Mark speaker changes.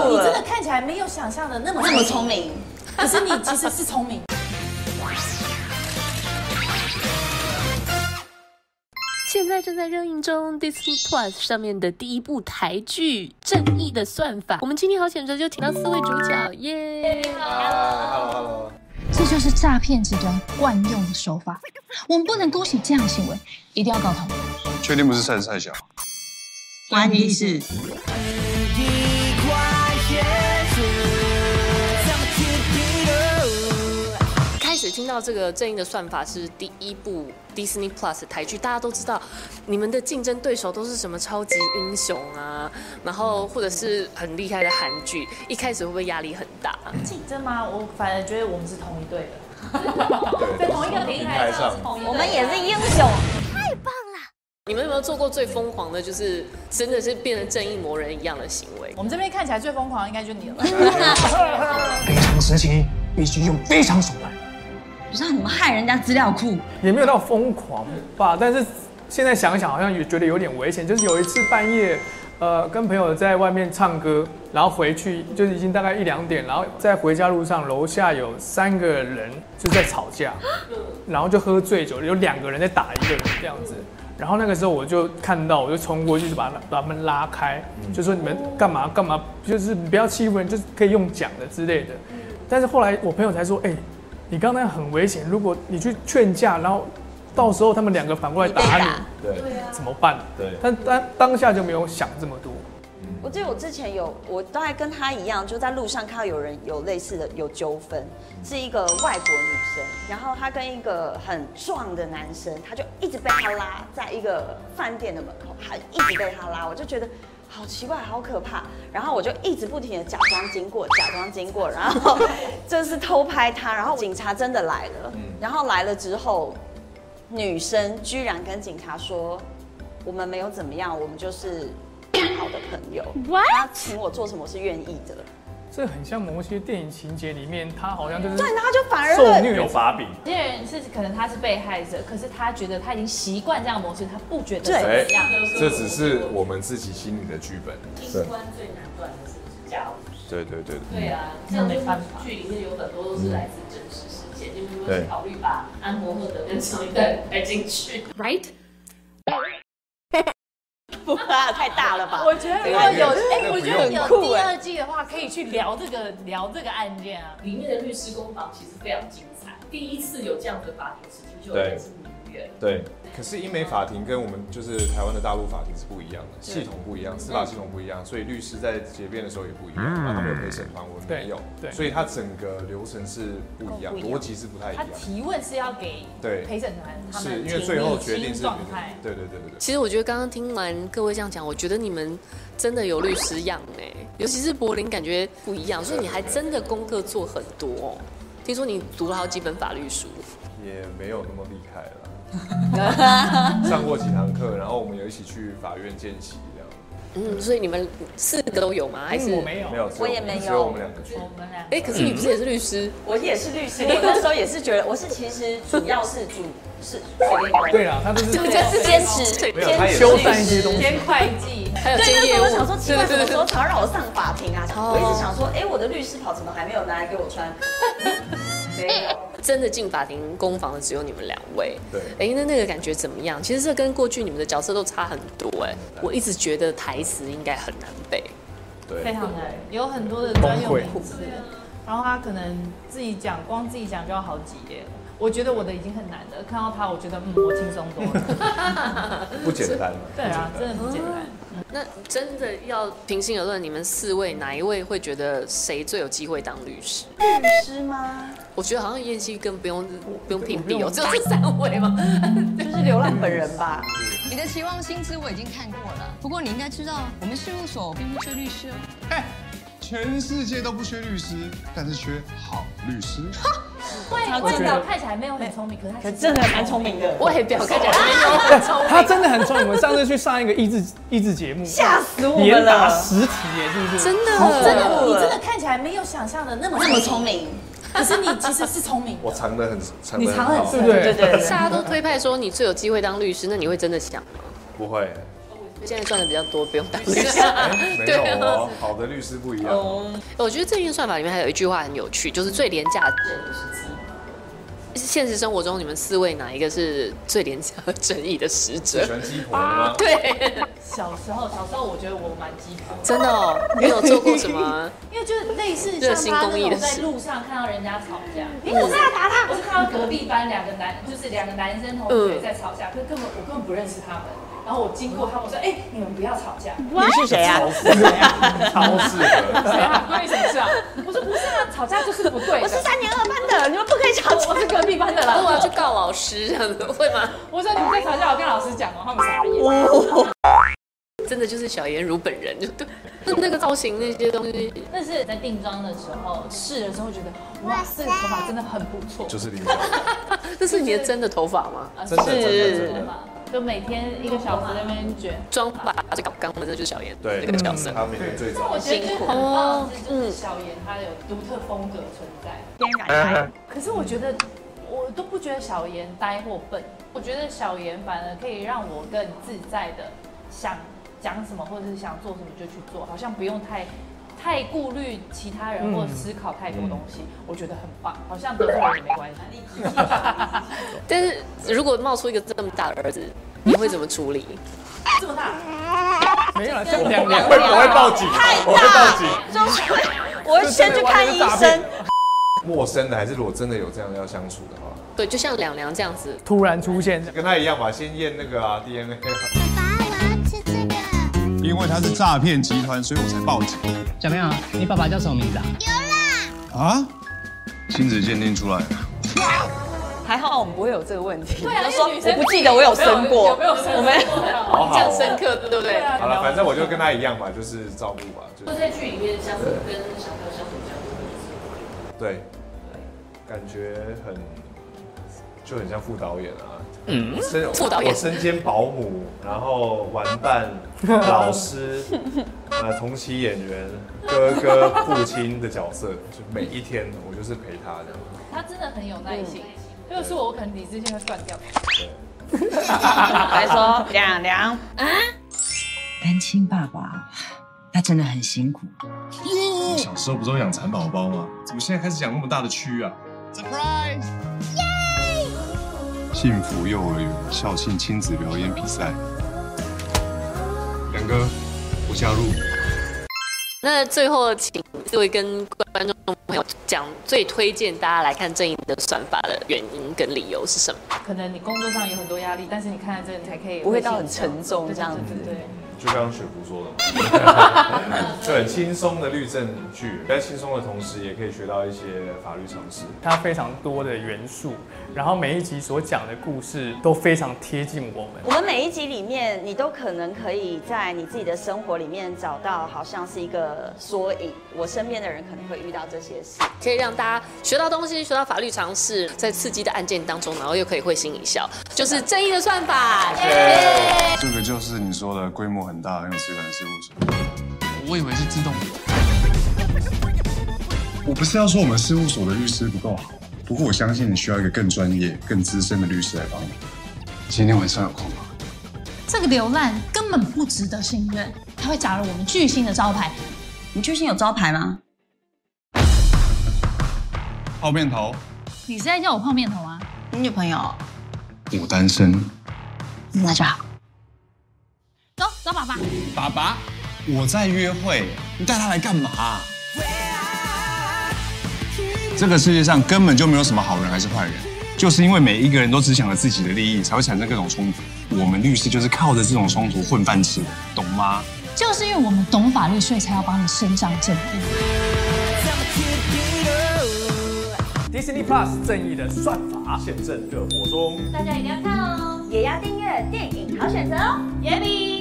Speaker 1: 本看起来没有想象的那么
Speaker 2: 那么聪，明，
Speaker 1: 可是你其实是聪明。
Speaker 3: 现在正在热映中，Disney Plus 上面的第一部台剧《正义的算法》。我们今天好选择就请到四位主角，耶！
Speaker 4: Hello Hello，
Speaker 5: 这就是诈骗集团惯用的手法。我们不能姑息这样的行为，一定要搞头。
Speaker 4: 确定不是三赛小？
Speaker 6: 关一是
Speaker 7: 开始听到这个正义的算法是第一部 Disney Plus 的台剧，大家都知道你们的竞争对手都是什么超级英雄啊，然后或者是很厉害的韩剧，一开始会不会压力很大？
Speaker 1: 竞争吗？我反而觉得我们是同一队的，
Speaker 4: 对
Speaker 1: 在同一个平台上是同一队的，
Speaker 2: 我们也是英雄。
Speaker 7: 你们有没有做过最疯狂的，就是真的是变成正义魔人一样的行为？
Speaker 1: 我们这边看起来最疯狂，应该就是你了。
Speaker 8: 非常时期必须用非常手段，
Speaker 2: 不是啊你们害人家资料库，
Speaker 9: 也没有到疯狂吧，但是现在想想好像也觉得有点危险。就是有一次半夜，呃，跟朋友在外面唱歌，然后回去就是已经大概一两点，然后在回家路上，楼下有三个人就在吵架，然后就喝醉酒，有两个人在打一个人这样子。然后那个时候我就看到，我就冲过去就把他把他们拉开，
Speaker 4: 嗯
Speaker 9: 就说你们干嘛干嘛，就是不要欺负人，就是可以用讲的之类的。但是后来我朋友才说，哎、你刚才很危险，如果你去劝架，然后到时候他们两个反过来打
Speaker 2: 你
Speaker 9: 你
Speaker 2: 被，打
Speaker 4: 对，
Speaker 9: 怎么办？
Speaker 4: 对
Speaker 9: 但当当下就没有想这么多。
Speaker 10: 我记得我之前有，我大概跟她一样，就在路上看到有人有类似的有纠纷，是一个外国女生，然后她跟一个很壮的男生，她就一直被他拉，在一个饭店的门口，还一直被他拉，我就觉得。好奇怪，好可怕！然后我就一直不停的假装经过，假装经过，然后就是偷拍他。然后警察真的来了，然后来了之后，女生居然跟警察说：“我们没有怎么样，我们就是好的朋友。他请我做什么我是愿意的。
Speaker 9: 这很像某些电影情节里面，他好像就是
Speaker 10: 对，然后就反而
Speaker 9: 受
Speaker 10: 会
Speaker 9: 虐
Speaker 4: 有把柄，
Speaker 1: 有些人是可能他是被害者，可是他觉得他已经习惯这样的模式，他不觉得怎么
Speaker 4: 哎
Speaker 1: 样。，
Speaker 11: 这只是我们自己心里的剧本。
Speaker 4: 对
Speaker 6: 关最难断的是家务。
Speaker 11: 对对对对，
Speaker 6: 对啊，像这部剧里面有很多都是来自真实事件，就是说
Speaker 4: 对
Speaker 6: 考虑把安伯赫德跟上一代拍进去。
Speaker 3: ，right？
Speaker 10: 不啊，太大了吧？
Speaker 1: 我觉得如果有，
Speaker 11: 对
Speaker 1: 哎、
Speaker 11: 那个
Speaker 1: 我
Speaker 11: 不
Speaker 1: 觉
Speaker 11: 用
Speaker 1: 得有
Speaker 10: 酷
Speaker 1: 第
Speaker 10: 哎
Speaker 1: 二季的话，可以去聊这个聊这个案件啊。
Speaker 6: 里面的律师工坊其实非常精彩，第一次有这样的法庭事情就已经是名媛。
Speaker 4: 对，
Speaker 11: 可是英美法庭跟我们就是台湾的大陆法庭是不一样的，系统不一样，
Speaker 1: 嗯
Speaker 11: 司法系统不一样，所以律师在结辩的时候也不一样，然后他们有陪审团，我们没有
Speaker 9: 对，对
Speaker 11: 所以它整个流程是不一样，
Speaker 1: 不一样
Speaker 11: 逻辑是不太一
Speaker 1: 他
Speaker 11: 样，
Speaker 1: 提问是要给
Speaker 11: 对
Speaker 1: 陪审团他
Speaker 11: 是
Speaker 1: 们
Speaker 11: 因为最后决
Speaker 1: 评
Speaker 11: 定
Speaker 1: 议
Speaker 11: 是
Speaker 1: 状态。
Speaker 11: 对对对对对。
Speaker 7: 其实我觉得刚刚听完各位这样讲，我觉得你们真的有律师样哎、尤其是柏林感觉不一样，所以你还真的功课做很多、哦。听说你读了好几本法律书，
Speaker 11: 也没有那么厉害了。 上过几堂课，然后我们有一起去法院见习，这
Speaker 1: 哦
Speaker 11: 样
Speaker 7: 嗯，所以你们四个都有吗？还是
Speaker 9: 嗯我没有
Speaker 11: 没，有，只
Speaker 10: 我也没有
Speaker 11: 只有我们两个去。
Speaker 1: 我们俩
Speaker 7: 哎、可是你不是也是律师？
Speaker 10: 我也是律 师，我那时候也是觉得我是其实主要是主是水电工，
Speaker 9: 对啦，他
Speaker 7: 嗯
Speaker 9: 就是
Speaker 10: 是坚持
Speaker 11: 没有他
Speaker 10: 坚
Speaker 11: 也是
Speaker 10: 持
Speaker 9: 修缮一些东西
Speaker 1: 兼会计，
Speaker 7: 还有
Speaker 10: 对，
Speaker 7: 兼
Speaker 10: 那时
Speaker 7: 业
Speaker 10: 候
Speaker 7: 务
Speaker 10: 我想说，奇怪，什么时候
Speaker 7: 对
Speaker 10: 才要让我上法庭啊？
Speaker 7: 哦
Speaker 10: 我一直想说，哎，我的律师袍怎么还没有拿来给我 穿？没有，
Speaker 7: 真的进法庭攻防的只有你们两位。
Speaker 11: 对
Speaker 7: 哎、那那个感觉怎么样？其实这跟过去你们的角色都差很多哎、我一直觉得台词应该很难背，
Speaker 1: 非
Speaker 11: 对，
Speaker 1: 常难，有很多的专用
Speaker 9: 崩
Speaker 1: 名
Speaker 9: 溃
Speaker 1: 词，然后他可能自己讲，光自己讲就要好几页。我觉得我的已经很难了，看到他，我觉得嗯，我轻松多 了。
Speaker 11: 不简单。
Speaker 1: 对啊，真的不简单。
Speaker 7: 那真的要平心而论，你们四位哪一位会觉得谁最有机会当律师？
Speaker 10: 律师吗？
Speaker 7: 我觉得好像燕西更不用不用评比哦，只有这三位 嘛。
Speaker 10: 就是流浪本人吧。
Speaker 2: 你的期望薪资我已经看过了，不过你应该知道，我们事务所并不缺律师哦。
Speaker 4: 全世界都不缺律师，但是缺好律师。
Speaker 1: 外外表看起来没有很聪明，可是他其实
Speaker 10: 真的蛮聪明的，
Speaker 7: 外表看起来没有很聪
Speaker 9: 他真的很聪明。我们上次去上一个益智 益智节目，
Speaker 10: 吓死我
Speaker 9: 连
Speaker 10: 们
Speaker 9: 打
Speaker 10: 了。
Speaker 9: 十题耶，是不是？
Speaker 7: 真的
Speaker 1: 真的你真的看起来没有想象的那么
Speaker 2: 那么聪，明，
Speaker 1: 可是你其实是聪明
Speaker 11: 我
Speaker 1: 的。
Speaker 11: 藏得很，藏
Speaker 1: 你
Speaker 11: 得
Speaker 1: 藏
Speaker 11: 很
Speaker 1: 得
Speaker 11: 好
Speaker 1: 很，深
Speaker 9: 对不
Speaker 10: 对
Speaker 9: 对？
Speaker 10: 对对，
Speaker 7: 大家都推派说你最有机会当律师，那你会真的想吗？
Speaker 11: 不会，
Speaker 7: 现在赚的比较多，不用当律 师
Speaker 11: 哎。没有
Speaker 7: 啊
Speaker 11: 哦，好的律师不一样哦。
Speaker 7: 我觉得正义算法里面还有一句话很有趣，就是最廉价的正义是鸡。现实生活中，你们四位哪一个是最廉价和正义的使者？
Speaker 11: 喜欢鸡婆的
Speaker 7: 啊
Speaker 11: 吗？
Speaker 7: 对，
Speaker 1: 小时候，小时候我觉得我蛮鸡婆的，
Speaker 7: 真的哦，你有做过什么？
Speaker 1: 因为就是类似
Speaker 7: 热
Speaker 1: 像
Speaker 7: 心
Speaker 1: 他
Speaker 7: 公
Speaker 1: 那
Speaker 7: 益的嗯
Speaker 1: 种在
Speaker 7: 事
Speaker 1: 路上看到人家吵架，
Speaker 7: 你怎么这样
Speaker 1: 打他？我是看到隔壁班两个男，就是两个男生同学在吵
Speaker 7: 嗯
Speaker 1: 架，可是根本我根本不认识他们。然后我经过他们，我说：“哎、你们不要吵架。”
Speaker 7: 嗯
Speaker 10: 你是谁啊
Speaker 1: 我是谁啊？
Speaker 11: 超适合
Speaker 1: 谁啊？关你什么事啊？我说不是啊，吵架就是不对。
Speaker 7: 我是啊三
Speaker 1: 年二班的，你们不可以吵架。我是隔壁班的 啦。
Speaker 7: 我要去告老师，这样子会吗？
Speaker 1: 我说你们在吵架，我跟老师讲哦，他们傻眼。
Speaker 7: 真的就是小颜如本人，就对。那那个造型那些东西，
Speaker 1: 但是在定妆的时候试的时候，觉得哇，这个头发真的很不错。
Speaker 11: 就是林彪，
Speaker 7: 这是你的真的头发吗
Speaker 1: 啊？
Speaker 11: 真的真的
Speaker 7: 是
Speaker 11: 真的
Speaker 1: 就每天一个小时在那边卷。
Speaker 7: 妆法这个刚刚真的就是小颜
Speaker 11: 对嗯
Speaker 7: 这个角色，
Speaker 11: 他每天最
Speaker 1: 但
Speaker 11: 早
Speaker 1: 我觉得就是很棒的是，就是小妍她有独特风格存在。可是我觉得我都不觉得小妍呆或笨，我觉得小妍反而可以让我更自在的想讲什么或者是想做什么就去做，好像不用太。太顾虑其他人
Speaker 7: 嗯
Speaker 1: 或思考太多东西，我觉得很棒，好像得罪人也没关系。
Speaker 7: 但是如果冒出一个这么大的儿子，你会怎么处理？
Speaker 1: 这么大，
Speaker 9: 没有了，
Speaker 7: 这
Speaker 9: 这
Speaker 7: 两
Speaker 9: 两
Speaker 7: 年
Speaker 9: 年
Speaker 7: 会不会
Speaker 11: 报警我会报警
Speaker 10: 就是我会先去看医生。
Speaker 11: 陌生的还是如果真的有这样要相处的话，
Speaker 7: 对，就像两两这样子，
Speaker 9: 突然出现，
Speaker 11: 跟他一样吧，先验那个啊 DNA。
Speaker 4: 因为他是诈骗集团，所以我才报警
Speaker 12: 小朋友，你爸爸叫什么名字啊？
Speaker 4: 啊。亲子鉴定出来了，
Speaker 10: 还好我们不会有这个问题。
Speaker 1: 对啊
Speaker 10: 就说
Speaker 1: 因为女生
Speaker 10: 我不记得我有生过，
Speaker 1: 有没有有没有生过
Speaker 10: 我没
Speaker 11: 好好哦这样深
Speaker 7: 刻，对不对？
Speaker 11: 好了，反正我就跟他一样吧，就是照顾吧，就
Speaker 6: 就是在剧里面相处跟小朋友相处相处的时候，
Speaker 11: 对，感觉很就很像副导演啊。
Speaker 12: 嗯
Speaker 11: 我身
Speaker 12: 副导演
Speaker 11: 我身兼保姆，然后玩伴、 老师，呃，同期演员、哥哥、父亲的角色，就每一天我就是陪他这样。
Speaker 1: 她真的很有耐心。要是我，我可能理智线会断掉。
Speaker 10: 来说亮亮，
Speaker 13: 单亲爸爸，他真的很辛苦。
Speaker 4: 我小时候不都养蚕宝宝吗？怎么现在开始养那么大的蛆啊？
Speaker 13: Surprise！
Speaker 4: 幸福幼儿园校庆亲子表演比赛，梁哥，我加入。
Speaker 7: 那最后请各位跟观众朋友讲最推荐大家来看正义的算法的原因跟理由是什么？
Speaker 1: 可能你工作上有很多压力，但是你看了这个，你才可以
Speaker 10: 不会到很沉重这样子
Speaker 1: 对对对对对
Speaker 11: 就刚刚雪芙说的嘛， 就很轻松的律政剧，在轻松的同时，也可以学到一些法律常识。
Speaker 9: 它非常多的元素，然后每一集所讲的故事都非常贴近我们。
Speaker 10: 我们每一集里面，你都可能可以在你自己的生活里面找到，好像是一个缩影。我身边的人可能会遇到这些事。
Speaker 7: 可以让大家学到东西，学到法律常识，在刺激的案件当中，然后又可以会心一笑，就是正义的算法。
Speaker 4: 这个就是你说的规模很大、很有质感的事务所。
Speaker 12: 我以为是自动。
Speaker 4: 我不是要说我们事务所的律师不够好，不过我相信你需要一个更专业、更资深的律师来帮你。今天晚上有空吗？
Speaker 5: 这个流浪根本不值得信任，他会砸了我们巨星的招牌。
Speaker 10: 你巨星有招牌吗？
Speaker 4: 泡面头，
Speaker 5: 你是在叫我泡面头啊？
Speaker 10: 你女朋友？
Speaker 4: 我单身。
Speaker 10: 那就好。
Speaker 5: 走，找爸爸。
Speaker 4: 爸爸，我在约会，你带他来干嘛？这个世界上根本就没有什么好人还是坏人，就是因为每一个人都只想着自己的利益，才会产生各种冲突。我们律师就是靠着这种冲突混饭吃的，懂吗？
Speaker 5: 就是因为我们懂法律，所以才要帮你伸张正义。
Speaker 9: Disney Plus 正义的算法，
Speaker 11: 现正热火中。
Speaker 10: 大家一定要看哦，也要订阅电影好选择哦，耶比。